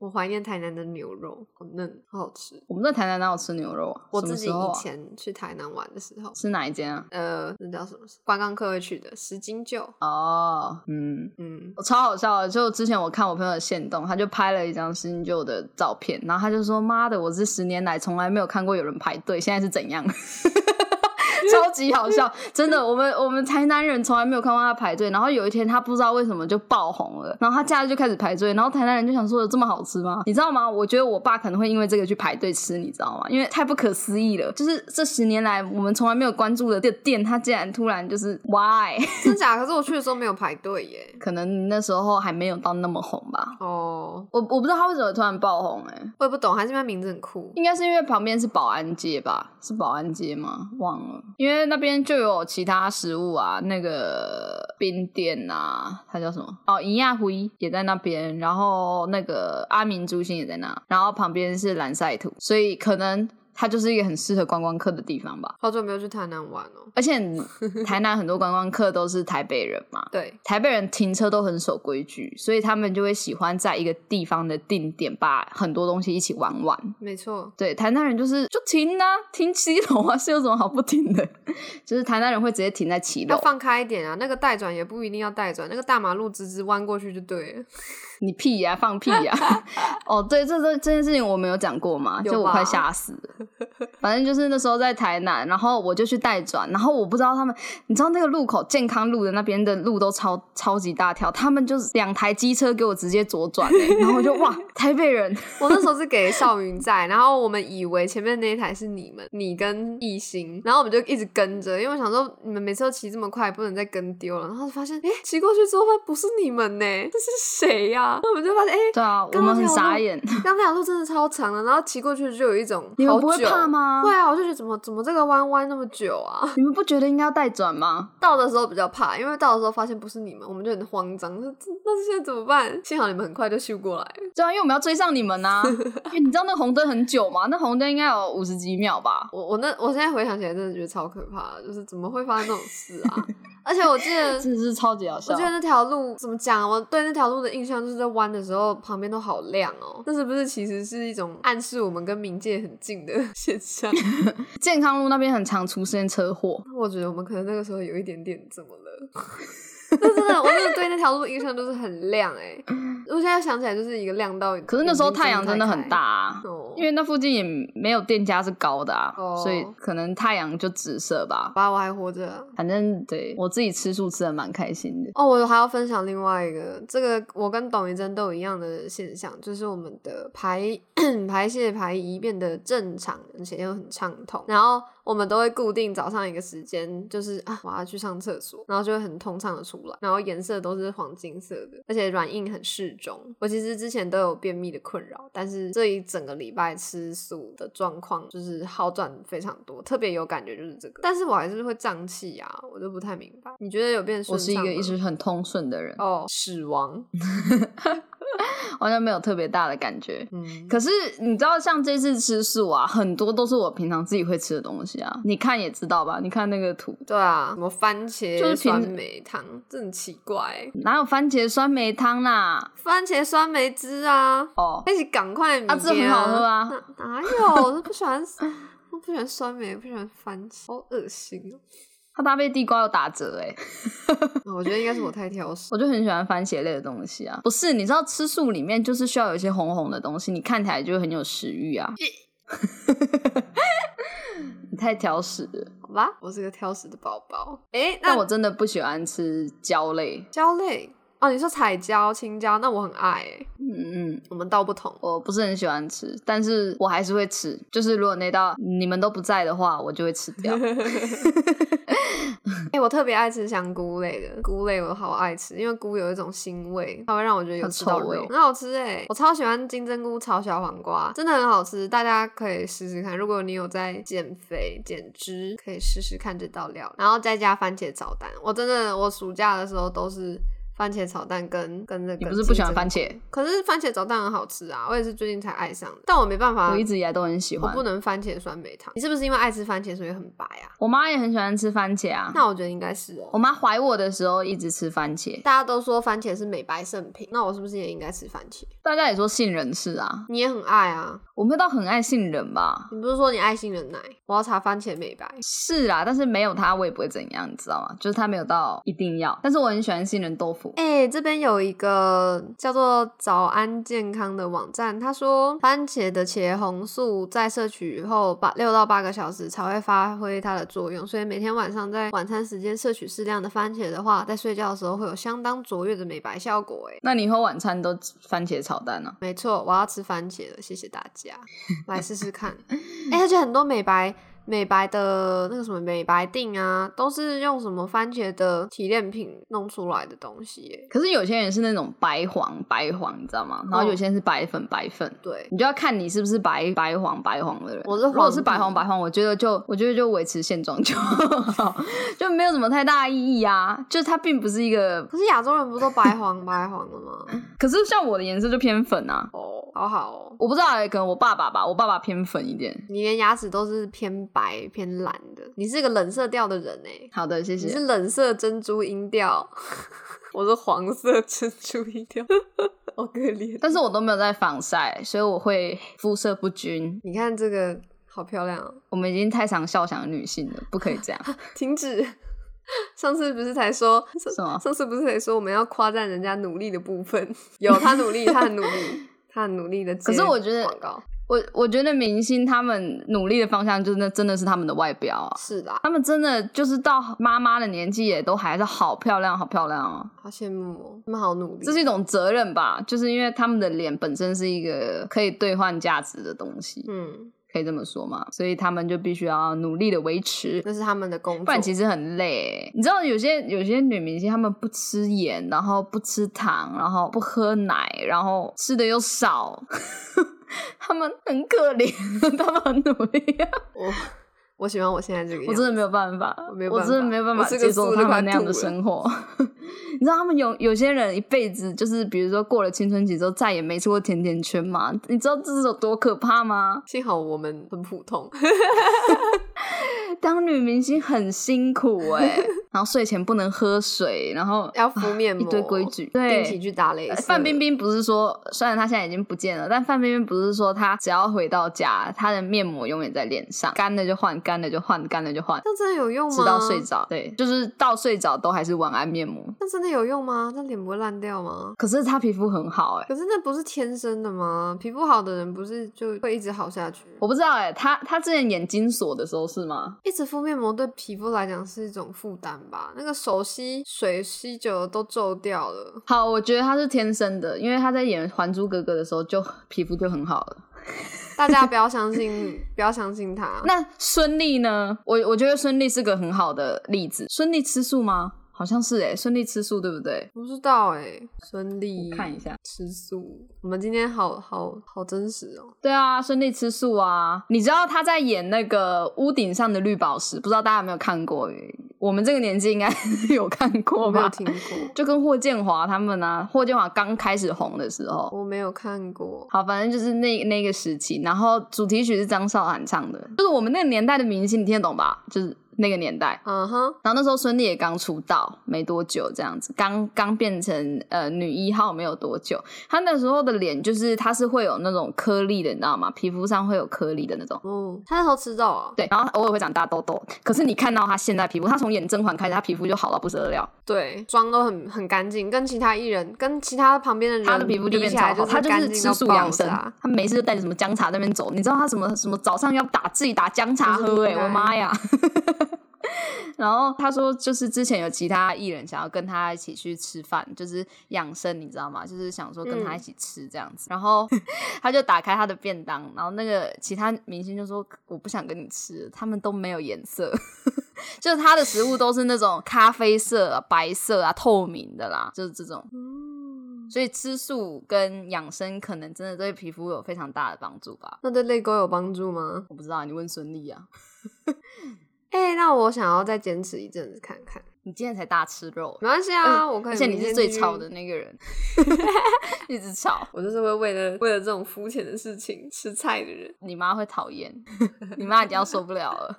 S2: 我怀念台南的牛肉，好嫩，好好吃。
S1: 我们在台南哪有吃牛肉啊？
S2: 我
S1: 什么
S2: 自己
S1: 时候
S2: 以
S1: 啊
S2: 前去台南玩的时候，
S1: 吃哪一间啊？
S2: 呃，那叫什么？观光客会去的石金旧。
S1: 哦，嗯，
S2: 嗯，
S1: 我超好笑的，就之前我看我朋友的线动，他就拍了一张新旧的照片，然后他就说：“妈的，我这十年来从来没有看过有人排队，现在是怎样？” 超级好笑，真的，我们我们台南人从来没有看过他排队，然后有一天他不知道为什么就爆红了，然后他假日就开始排队，然后台南人就想说有这么好吃吗？你知道吗？我觉得我爸可能会因为这个去排队吃，你知道吗？因为太不可思议了，就是这十年来我们从来没有关注的这个店，他竟然突然就是 why？
S2: 真假？可是我去的时候没有排队耶。
S1: 可能那时候还没有到那么红吧。
S2: 哦，
S1: 我我不知道他为什么突然爆红哎、
S2: 我也不懂，还是因为名字很酷。
S1: 应该是因为旁边是保安街吧？是保安街吗？忘了，因为那边就有其他食物啊，那个冰店啊，它叫什么？哦，银亚辉也在那边，然后那个阿明猪心也在那，然后旁边是蓝晒图，所以可能它就是一个很适合观光客的地方吧。
S2: 好久没有去台南玩哦。
S1: 而且台南很多观光客都是台北人嘛，
S2: 对，
S1: 台北人停车都很守规矩，所以他们就会喜欢在一个地方的定点把很多东西一起玩完。
S2: 没错。
S1: 对，台南人就是就停啊，停七楼啊，是有什么好不停的？ 就是台南人会直接停在七
S2: 要
S1: 楼，
S2: 放开一点啊！那个带转也不一定要带转，那个大马路直直弯过去就对了。
S1: 你屁呀、放屁 呀、哦，对，这这这件事情我没有讲过嘛，
S2: 有
S1: 就我
S2: 吧
S1: 快吓死了。反正就是那时候在台南，然后我就去带转，然后我不知道他们，你知道那个路口健康路的那边的路都超超级大条，他们就是两台机车给我直接左转、欸，然后我就哇，台北人。
S2: 我那时候是给少云在，然后我们以为前面那一台是你们，你跟艺兴，然后我们就一直跟着，因为我想说你们每次都骑这么快，不能再跟丢了。然后就发现，哎、骑过去之后发现不是你们呢、这是谁呀、然后我们就发现，哎、
S1: 对啊，我
S2: 刚刚
S1: 们很
S2: 那条
S1: 傻
S2: 路
S1: 眼。
S2: 刚那条路真的超长的，然后骑过去就有一种
S1: 你们不
S2: 好
S1: 会
S2: 久
S1: 怕吗？
S2: 会啊，我就觉得怎么怎么这个弯弯那么久啊？
S1: 你们不觉得应该要带转吗？
S2: 到的时候比较怕，因为到的时候发现不是你们，我们就很慌张。那那现在怎么办？幸好你们很快就秀过来了。
S1: 对啊，因为我们要追上你们 呐、因为你知道那个红灯很久嘛，那红灯应该有五十几秒吧？
S2: 我我那我现在回想起来，真的觉得超可怕的，就是怎么会发生这种事啊？而且我记得
S1: 真的是超级好笑
S2: 我觉。得那条路怎么讲啊？我对那条路的印象就是在弯的时候，旁边都好亮哦。那是不是其实是一种暗示我们跟冥界很近的 现象？
S1: 健康路那边很常出现车祸，
S2: 我觉得我们可能那个时候有一点点怎么了。 那真的，我真的对那条路印象就是很亮哎、 我现在想起来就是一个亮到，
S1: 可是那时候太阳真的很大、。啊。
S2: 哦，
S1: 因为那附近也没有店家是高的啊，
S2: 哦
S1: 所以可能太阳就直射吧。
S2: 爸，我还活着啊、
S1: 反正对我自己吃素吃的蛮开心的。
S2: 哦，我还要分享另外一个，这个我跟董一真都有一样的现象，就是我们的排 排泄排遗变得正常，而且又很畅通。然后我们都会固定早上一个时间，就是啊，我要去上厕所，然后就会很通畅的出来，然后颜色都是黄金色的，而且软硬很适中。我其实之前都有便秘的困扰，但是这一整个礼拜吃素的状况就是好转非常多，特别有感觉就是这个。但是我还是会胀气啊，我就不太明白。你觉得有变
S1: 我
S2: 顺
S1: 是一
S2: 畅
S1: 个
S2: 吗
S1: 一直很通顺的人，
S2: 哦，死亡，
S1: 嗯好像没有特别大的感觉。
S2: 嗯，
S1: 可是你知道，像这次吃素啊，很多都是我平常自己会吃的东西啊。你看也知道吧？你看那个图，
S2: 对啊，什么番茄
S1: 就是平
S2: 酸梅汤，这很奇怪欸，
S1: 哪有番茄酸梅汤啦？
S2: 番茄酸梅汁啊，
S1: 哦，
S2: 一起赶快米
S1: 啊这很好喝啊
S2: 哪哪有，我都不喜欢， 我不喜欢酸梅，不喜欢番茄，好恶心哦、
S1: 它搭配地瓜有打折哎、
S2: 啊我觉得应该是我太挑食，
S1: 我就很喜欢番茄类的东西啊。不是，你知道吃素里面就是需要有一些红红的东西，你看起来就会很有食欲啊。 你太挑食了，
S2: 好吧，我是个挑食的宝宝。诶，那
S1: 但我真的不喜欢吃椒类。
S2: 椒类哦，你说彩椒、青椒，那我很爱、欸，
S1: 嗯嗯，
S2: 我们道不同。
S1: 我不是很喜欢吃，但是我还是会吃。就是如果那道你们都不在的话，我就会吃 掉。
S2: 哎、我特别爱吃香菇类的，菇类我好爱吃，因为菇有一种腥味，它会让我觉得有
S1: 很
S2: 吃到
S1: 臭
S2: 肉
S1: 味，
S2: 很好吃哎、我超喜欢金针菇炒小黄瓜，真的很好吃，大家可以试试看。如果你有在减肥减脂，可以试试看这道料，然后再加番茄炒蛋。我真的，我暑假的时候都是番茄炒蛋跟跟那
S1: 你
S2: 个。
S1: 不是不喜欢番？茄？
S2: 可是番茄炒蛋很好吃啊，我也是最近才爱上的，但我没办法，
S1: 我一直以来都很喜
S2: 我
S1: 欢。
S2: 不能番茄酸梅汤。你是不是因为爱吃番茄所以很白啊？
S1: 我妈也很喜欢吃番茄啊。
S2: 那我觉得应该是哦
S1: 我。妈怀我的时候一直吃番茄，
S2: 大家都说番茄是美白圣品，那我是不是也应该吃番茄？
S1: 大家也说杏仁是啊，
S2: 你也很爱啊，
S1: 我没有到很爱杏仁吧。
S2: 你不是说你爱杏仁奶？我要查番茄美白。
S1: 是啦，但是没有它我也不会怎样，你知道吗？就是它没有到一定要，但是我很喜欢杏仁豆腐。
S2: 哎、这边有一个叫做“早安健康”的网站，他说番茄的茄红素在摄取后八六到八个小时才会发挥它的作用，所以每天晚上在晚餐时间摄取适量的番茄的话，在睡觉的时候会有相当卓越的美白效果。哎，
S1: 那你以后晚餐都吃番茄炒蛋啊？
S2: 没错，我要吃番茄了，谢谢大家， 来试试看。哎、而且很多美白美白的那个什么美白定啊，都是用什么番茄的提炼品弄出来的东西耶。
S1: 可是有些人是那种白黄白黄，你知道吗？然后
S2: 嗯
S1: 有些人是白粉白粉，
S2: 对，
S1: 你就要看你是不是白白黄白黄的人。
S2: 我是黄
S1: 如果是白黄白黄，我觉得就我觉得就维持现状就好， 就没有什么太大意义啊。就是它并不是一个，
S2: 可是亚洲人不都 白黄白黄的吗？
S1: 可是像我的颜色就偏粉啊。
S2: 哦，好好哦，
S1: 我不知道欸，可能我爸爸吧，我爸爸偏粉一点。
S2: 你连牙齿都是偏白偏蓝的，你是个冷色调的人哎，
S1: 好的，谢
S2: 你
S1: 谢
S2: 是。冷色珍珠音调， 我是黄色珍珠音调， 好可 怜。
S1: 但是我都没有在防晒，所以我会肤色不均。
S2: 你看这个好漂亮哦。
S1: 我们已经太常笑想女性了，不可以这 样。
S2: 停止。上次不是才说
S1: 什么
S2: 上上次不是才说我们要夸赞人家努力的部分？ 有他努力，他很努力，他很努力的。
S1: 可是我觉得
S2: 广告
S1: 我我觉得明星他们努力的方向，就是那真的是他们的外表啊。
S2: 是啦，
S1: 他们真的就是到妈妈的年纪，也都还是好漂亮，好漂亮哦。
S2: 好羡慕哦，他们好努力。
S1: 这是一种责任吧，就是因为他们的脸本身是一个可以兑换价值的东西，
S2: 嗯，
S1: 可以这么说嘛，所以他们就必须要努力的维持。
S2: 那是他们的工
S1: 不
S2: 作
S1: 然。其实很累欸。你知道有些有些女明星，她们不吃盐，然后不吃糖，然后不喝奶，然后吃的又 少，她们很可怜，她们很努力、
S2: 我我喜欢我现在这个样
S1: 啊我
S2: 子
S1: 真的没有办法
S2: 我没，有
S1: 我
S2: 办
S1: 真的
S2: 法
S1: 没有办
S2: 我
S1: 法
S2: 是
S1: 接
S2: 个
S1: 受
S2: 素
S1: 他
S2: 的快
S1: 们那样的
S2: 吐了
S1: 生活。 你知道他们有有些人一辈子就是，比如说过了青春期之后再也没吃过甜甜圈嘛？你知道这是有多可怕吗？
S2: 幸好我们很普通，
S1: 当女明星很辛苦哎、 然后睡前不能喝水，然后
S2: 要敷面
S1: 啊一
S2: 膜，
S1: 堆规矩，对，
S2: 定期去打雷
S1: 呃
S2: 射。
S1: 范冰冰不是说，虽然她现在已经不见了，但范冰冰不是说她只要回到家，她的面膜永远在脸上，干了就换，干了就换，干了就换，
S2: 那真的有用吗？
S1: 直到睡着。对，就是到睡着都还是晚安面膜。
S2: 那真的有用吗？那脸不会烂掉吗？
S1: 可是她皮肤很好哎、
S2: 可是那不是天生的吗？皮肤好的人不是就会一直好下去？
S1: 我不知道哎、她她之前演金锁的时候是吗？
S2: 一直敷面膜对皮肤来讲是一种负担吧？那个手吸水吸久了都皱掉了。
S1: 好，我觉得她是天生的，因为她在演《还珠格格》的时候就皮肤就很好了。
S2: 大家不要相 信，不要相信他。
S1: 那孙俪呢？我我觉得孙俪是个很好的例子。孙俪吃素吗？好像是哎、孙俪吃素对不对？
S2: 不知道哎、孙俪
S1: 我看一下
S2: 吃素。我们今天好好好真实哦。
S1: 对啊，孙俪吃素啊！你知道她在演那个《屋顶上的绿宝石》，不知道大家有没有看过？我们这个年纪应该 有看过
S2: 我没有
S1: 吧？
S2: 听过，
S1: 就跟霍建华他们啊，霍建华刚开始红的时候，
S2: 我没有看过。
S1: 好，反正就是那那个时期，然后主题曲是张韶涵唱的，就是我们那个年代的明星，你听得懂吧？就是那个年代。
S2: 嗯哼，
S1: 然后那时候孙俪也刚出道没多久，这样子，刚刚变成呃女一号没有多久，她那时候的脸就是她是会有那种颗粒的，你知道吗？皮肤上会有颗粒的那种。
S2: 哦，他那时候吃到啊。
S1: 对，然后偶尔会长大痘痘，可是你看到她现在皮肤，她从演《甄嬛》开始，她皮肤就好到不得了，
S2: 对，妆都很很干净，跟其他艺人、跟其他旁边的人
S1: 她的皮肤就
S2: 比
S1: 变
S2: 起
S1: 超
S2: 来，
S1: 好。
S2: 是
S1: 她就
S2: 干
S1: 是
S2: 净
S1: 吃
S2: 到
S1: 素
S2: 爆
S1: 养生
S2: 炸，
S1: 她没事就带着什么姜茶在那边走，你知道她什么什么早上要打自己打姜茶喝、欸，
S2: 应
S1: 哎，
S2: 该
S1: 我妈呀！然后她说，就是之前有其他艺人想要跟她一起去吃饭，就是养生，你知道吗？就是想说跟她一起吃这样子。然后 她就打开她的便当，然后那个其他明星就说：“我不想跟你吃，他们都没有颜色， 就是她的食物都是那种咖啡色、啊、白色啊、透明的啦，就是这种。”
S2: 嗯，
S1: 所以吃素跟养生可能真的对皮肤有非常大的帮助吧？
S2: 那对泪沟有帮助吗？
S1: 我不知道，你问孙俪啊。
S2: 哎、那我想要再坚持一阵子看看，
S1: 你今天才大吃肉欸，
S2: 没关系啊，我可以。
S1: 而且你是最吵的，那个 人，一直吵，
S2: 我就是会为了为了这种肤浅的事情吃菜的人。
S1: 你妈会讨厌，你妈已经要受不了了。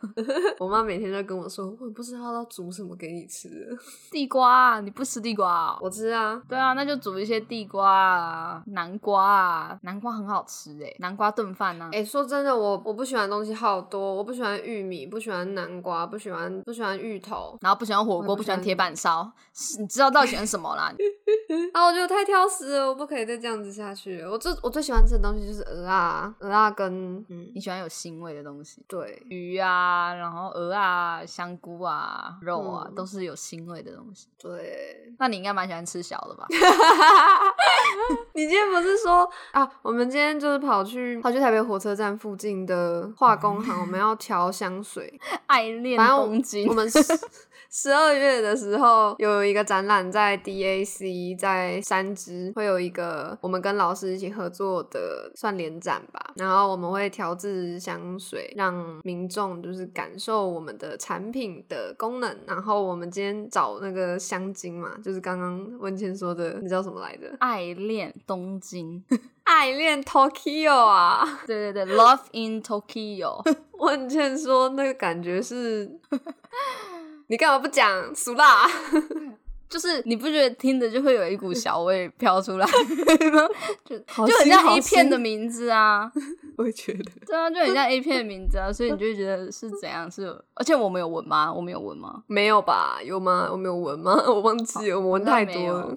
S2: 我妈每天都跟我说，我也不知道要煮什么给你吃的，
S1: 地瓜啊，你不吃地瓜啊？
S2: 我吃啊，
S1: 对啊，那就煮一些地瓜啊、南瓜啊，南瓜很好吃诶、南瓜炖饭啊。，
S2: 哎、说真的，我我不喜欢东西好多，我不喜欢玉米，不喜欢南瓜，不喜欢不喜欢芋头
S1: 然后不喜欢火
S2: 也
S1: 锅，
S2: 不
S1: 不
S2: 喜
S1: 喜欢
S2: 欢
S1: 铁板烧，是你知道到底喜欢什么啦？
S2: 啊，我觉得太挑食了，我不可以再这样子下去了。我最我最喜欢吃的东西就是鹅啊，鹅啊跟嗯，
S1: 你喜欢有腥味的东西。
S2: 对，
S1: 鱼啊，然后鹅啊、香菇啊、肉啊，
S2: 嗯
S1: 都是有腥味的东西。
S2: 对，
S1: 那你应该蛮喜欢吃小的吧？
S2: 你今天不是说啊，我们今天就是跑去跑去台北火车站附近的化
S1: 嗯
S2: 工行，我们要调香 水。
S1: 爱恋
S2: 反正我
S1: 东京
S2: 我，们十 二月的时候有一个展览在 DAC 在三芝会有一个我们跟老师一起合作的算联展吧，然后我们会调制香水，让民众就是感受我们的产品的功能。然后我们今天找那个香精嘛，就是刚刚文倩说的，你叫什么来着？
S1: 爱恋东京，
S2: 爱恋 Tokyo 啊！
S1: 对对对，Love in Tokyo，
S2: 文倩说那个感觉是， 你干嘛不讲俗辣？
S1: 就是你不觉得听着就会有一股小味飘出来 吗？就
S2: 好
S1: 就很
S2: 新
S1: 像
S2: 好
S1: A 片
S2: 新
S1: 的名字啊，
S2: 我也觉得
S1: 对啊，就很像 A 片的名字啊，所以你就会觉得是怎样是有，而且我们有闻吗？我们有闻吗？
S2: 没有吧？有吗？我没有闻吗？ 我忘记了，我闻太多
S1: 好
S2: 了。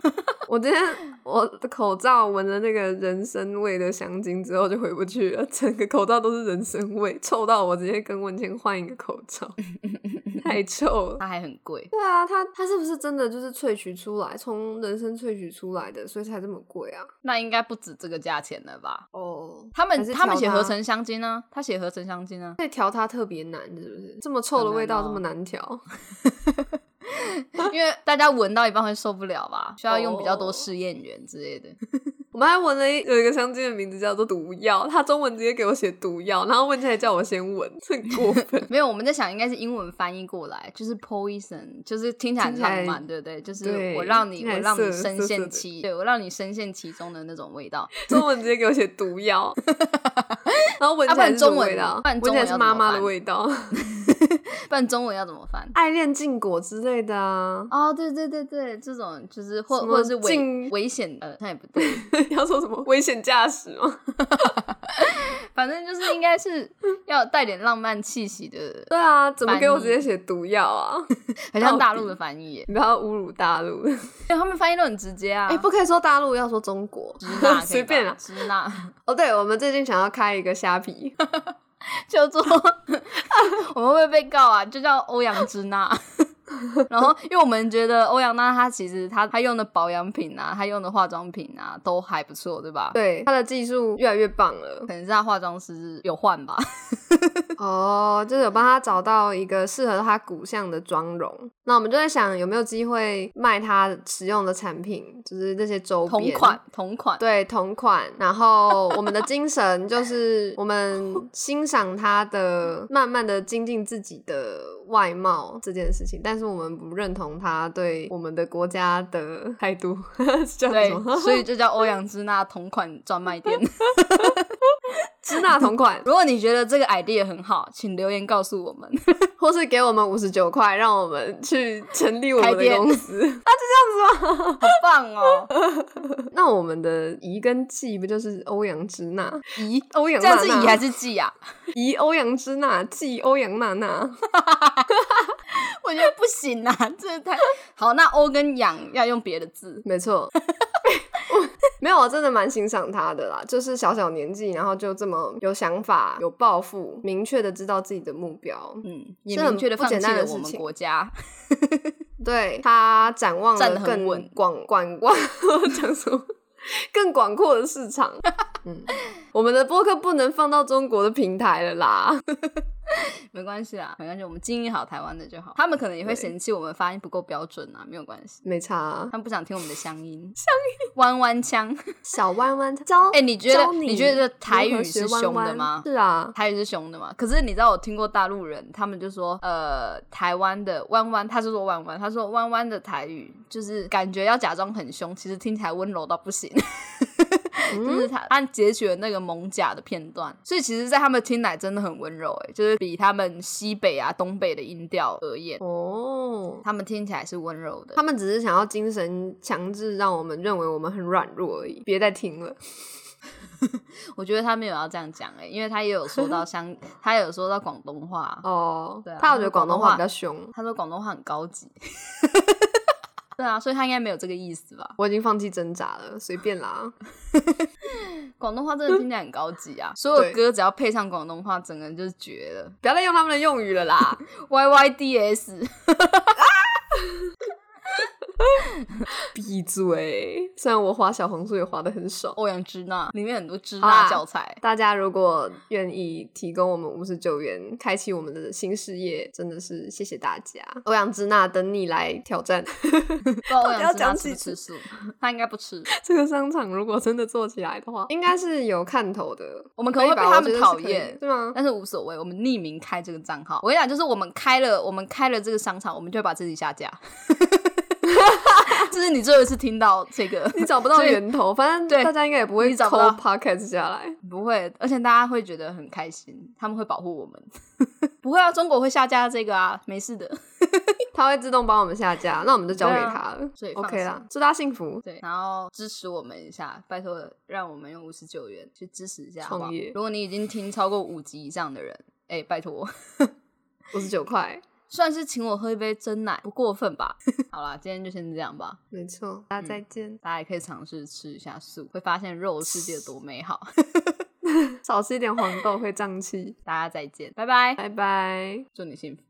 S2: 我今天我的口罩闻了那个人参味的香精之后就回不去了， 整个口罩都是人参味，臭到我直接跟文倩换一个口罩， 太臭了。
S1: 它还很贵，
S2: 对啊，它它是不是真的就是萃取出来，从人参萃取出来的，所以才这么贵啊？
S1: 那应该不止这个价钱了吧？
S2: 哦，
S1: 他
S2: 还
S1: 们
S2: 是
S1: 他们
S2: 调
S1: 写
S2: 它
S1: 合成香精呢、他写合成香精啊呢、
S2: 所以调它特别难，是不是？这么臭的味道这
S1: 哦
S2: 么难调？ 哦
S1: 因为大家闻到一半会受不了吧，需要用比较多试验员之类的。。
S2: 我们还闻了一有一个香精的名字叫做毒药，他中文直接给我写毒药，然后问起来叫我先闻，很过分
S1: 没有，我们在想应该是英文翻译过来，就是 poison，就是听起来很
S2: 听起来
S1: 浪漫，对不对？就是
S2: 对
S1: 我让你，
S2: 听起来
S1: 我让你
S2: 涩
S1: 深
S2: 涩涩
S1: 陷
S2: 的
S1: 其，对我让你深陷其中的那种味道。
S2: 中文直接给我写毒 药，然后闻
S1: 啊
S2: 起
S1: 不
S2: 来
S1: 然
S2: 是什
S1: 中
S2: 么
S1: 文
S2: 味道？
S1: 不然中
S2: 闻起
S1: 文要
S2: 来是
S1: 怎么
S2: 妈妈的
S1: 翻
S2: 味道，
S1: 不然中文要怎么翻？。
S2: 爱恋禁果之类的啊
S1: 哦，对对对对，这种就是或
S2: 什么
S1: 或者是危
S2: 禁
S1: 危险，呃，那也不对，
S2: 要说什么危险驾驶吗？
S1: 反正就是应该是要带点浪漫气息的，
S2: 对啊，怎么
S1: 翻
S2: 给我
S1: 译
S2: 直接写毒药啊？
S1: 很像大陆的翻译耶，
S2: 你不要侮辱大陆。
S1: 对他们翻译都很直接啊，
S2: 哎、不可以说大陆，要说中国
S1: 直纳可以吧，
S2: 随便啦。啊
S1: 直纳
S2: 哦，对，我们最近想要开一个虾 皮，
S1: 叫做我们会被告啊，就叫欧阳之纳。 然后，因为我们觉得欧阳娜她其实她她用的保养品啊，她用的化妆品啊都还不错，对吧？，
S2: 对，它的技术越来越棒了。
S1: 可能是她化妆师有换吧。
S2: 哦，就是有帮他找到一个适合他骨相的妆容。那我们就在想，有没有机会卖他使用的产品，就是这些周边
S1: 同款，同款，
S2: 对，同款。然后我们的精神就是我们欣赏他的，慢慢的精进自己的外貌这件事情，但是我们不认同他对我们的国家的态度， 是这样
S1: 对
S2: 子吗，？
S1: 所以就叫欧阳之娜同款专卖店。
S2: 支那同款，
S1: 如果你觉得这个 idea 很好，请留言告诉我们。
S2: 或是给我们五十九块，让我们去成立我
S1: 开
S2: 们的
S1: 店啊
S2: 公司。
S1: 好棒 哦！
S2: 那我们的宜跟季不就是欧阳支 那？
S1: 咦，
S2: 欧阳
S1: 这样
S2: 娜
S1: 是
S2: 娜
S1: 乙还是季啊？
S2: 宜欧阳支那，季欧阳娜娜。
S1: 我觉得不行啊， 这太好。那欧跟养要用别的字，
S2: 没错。 我没有，我真的蛮欣赏他的啦，就是小小年纪，然后就这么有想法、有抱负，明确的知道自己的目标。
S1: 嗯，也
S2: 这很
S1: 明确的
S2: 不
S1: 放弃
S2: 简单
S1: 了
S2: 的
S1: 我
S2: 事
S1: 们
S2: 情
S1: 国家。
S2: 对他展望
S1: 站得
S2: 了
S1: 很
S2: 更
S1: 稳
S2: 广广广，我讲什么？ 更广阔的市场。嗯，我们的播客不能放到中国的平台了啦。
S1: 没关系啦，没关系，我们经营好台湾的就好。他们可能也会
S2: 对
S1: 嫌弃我们发音不够标准啊，没有关系。
S2: 没差啊，
S1: 他们不想听我们的乡音，乡音弯弯 腔。
S2: 小弯弯教。
S1: 哎、你觉得
S2: 教你
S1: 觉得台
S2: 如何
S1: 语是
S2: 学弯
S1: 凶的
S2: 弯
S1: 吗？
S2: 是啊，
S1: 台语是凶的嘛？可是你知道，我听过大陆人，他们就说，呃，台湾的弯弯，他是说弯弯，他说弯弯的台语就是感觉要假装很凶，其实听起来温柔到不行。就是他他截取了那个蒙甲的片段，所以其实，在他们听来真的很温柔、欸，就是比他们西北啊、东北的音调而言，
S2: 哦，
S1: 他们听起来是温柔的
S2: 他。们只是想要精神强制，让我们认为我们很软弱而已，别再听了。
S1: 我觉得他没有要这样讲，哎，因为他也有说到香，他也有说到广东话，
S2: 哦，
S1: 对啊
S2: 他有觉得
S1: 广东
S2: 广东
S1: 话
S2: 话比较凶，
S1: 他说广东话很高级。 对啊，所以他应该没有这个意思吧？
S2: 我已经放弃挣扎了，随便啦。
S1: 广东话真的听起来很高级啊！所有歌只要配上广东话，整个人就是绝了。
S2: 不要再用他们的用语了 啦。
S1: Y Y D S，
S2: 闭嘴！虽然我滑小红书也滑的很少。
S1: 欧阳之娜里面很多支
S2: 好
S1: 那
S2: 啦
S1: 教材，
S2: 大家如果愿意提供我们五十九元，开启我们的新事业，真的是谢谢大家。欧阳之娜等你来挑战。
S1: 不知道欧
S2: 到底要
S1: 阳之娜
S2: 讲
S1: 吃
S2: 几
S1: 不吃素？他应该不吃。
S2: 这个商场如果真的做起来的话，应该是有看头的。
S1: 我们可能会被
S2: 以吧
S1: 他
S2: 我
S1: 们
S2: 觉得是
S1: 讨
S2: 可以
S1: 厌
S2: 是吗？
S1: 但是无所谓，我们匿名开这个账号。我跟你讲，就是我们开了，我们开了这个商场，我们就会把自己下架。 这是你最后一次听到这个，
S2: 你 找不到
S1: 所以
S2: 源头，反
S1: 对
S2: 正大家应该也不
S1: 你
S2: 会
S1: 找
S2: 抠
S1: 不到
S2: podcast 下 来。
S1: 不会，而且大家会觉得很开心，他们会保护我们。 不会啊，中国会下架这个啊，没事的。
S2: 他会自动帮我们下架，那我们就交给他了。
S1: 所以放
S2: OK 啦
S1: 心，
S2: 祝他幸福。
S1: 对，然后支持我们一下，拜托，让我们用五十九元去支持一下好不好
S2: 创业
S1: 如果你已经听超过五集以上的人，哎、拜托，
S2: 五十九块，
S1: 算是请我喝一杯真奶，不过分吧？ 好啦，今天就先这样吧。
S2: 没错。嗯大家再见，
S1: 大家也可以尝试吃一下素，会发现肉世界有多美好。
S2: 少吃一点黄豆会胀气。
S1: 大家再见，拜拜，
S2: 拜拜。
S1: 祝你幸福。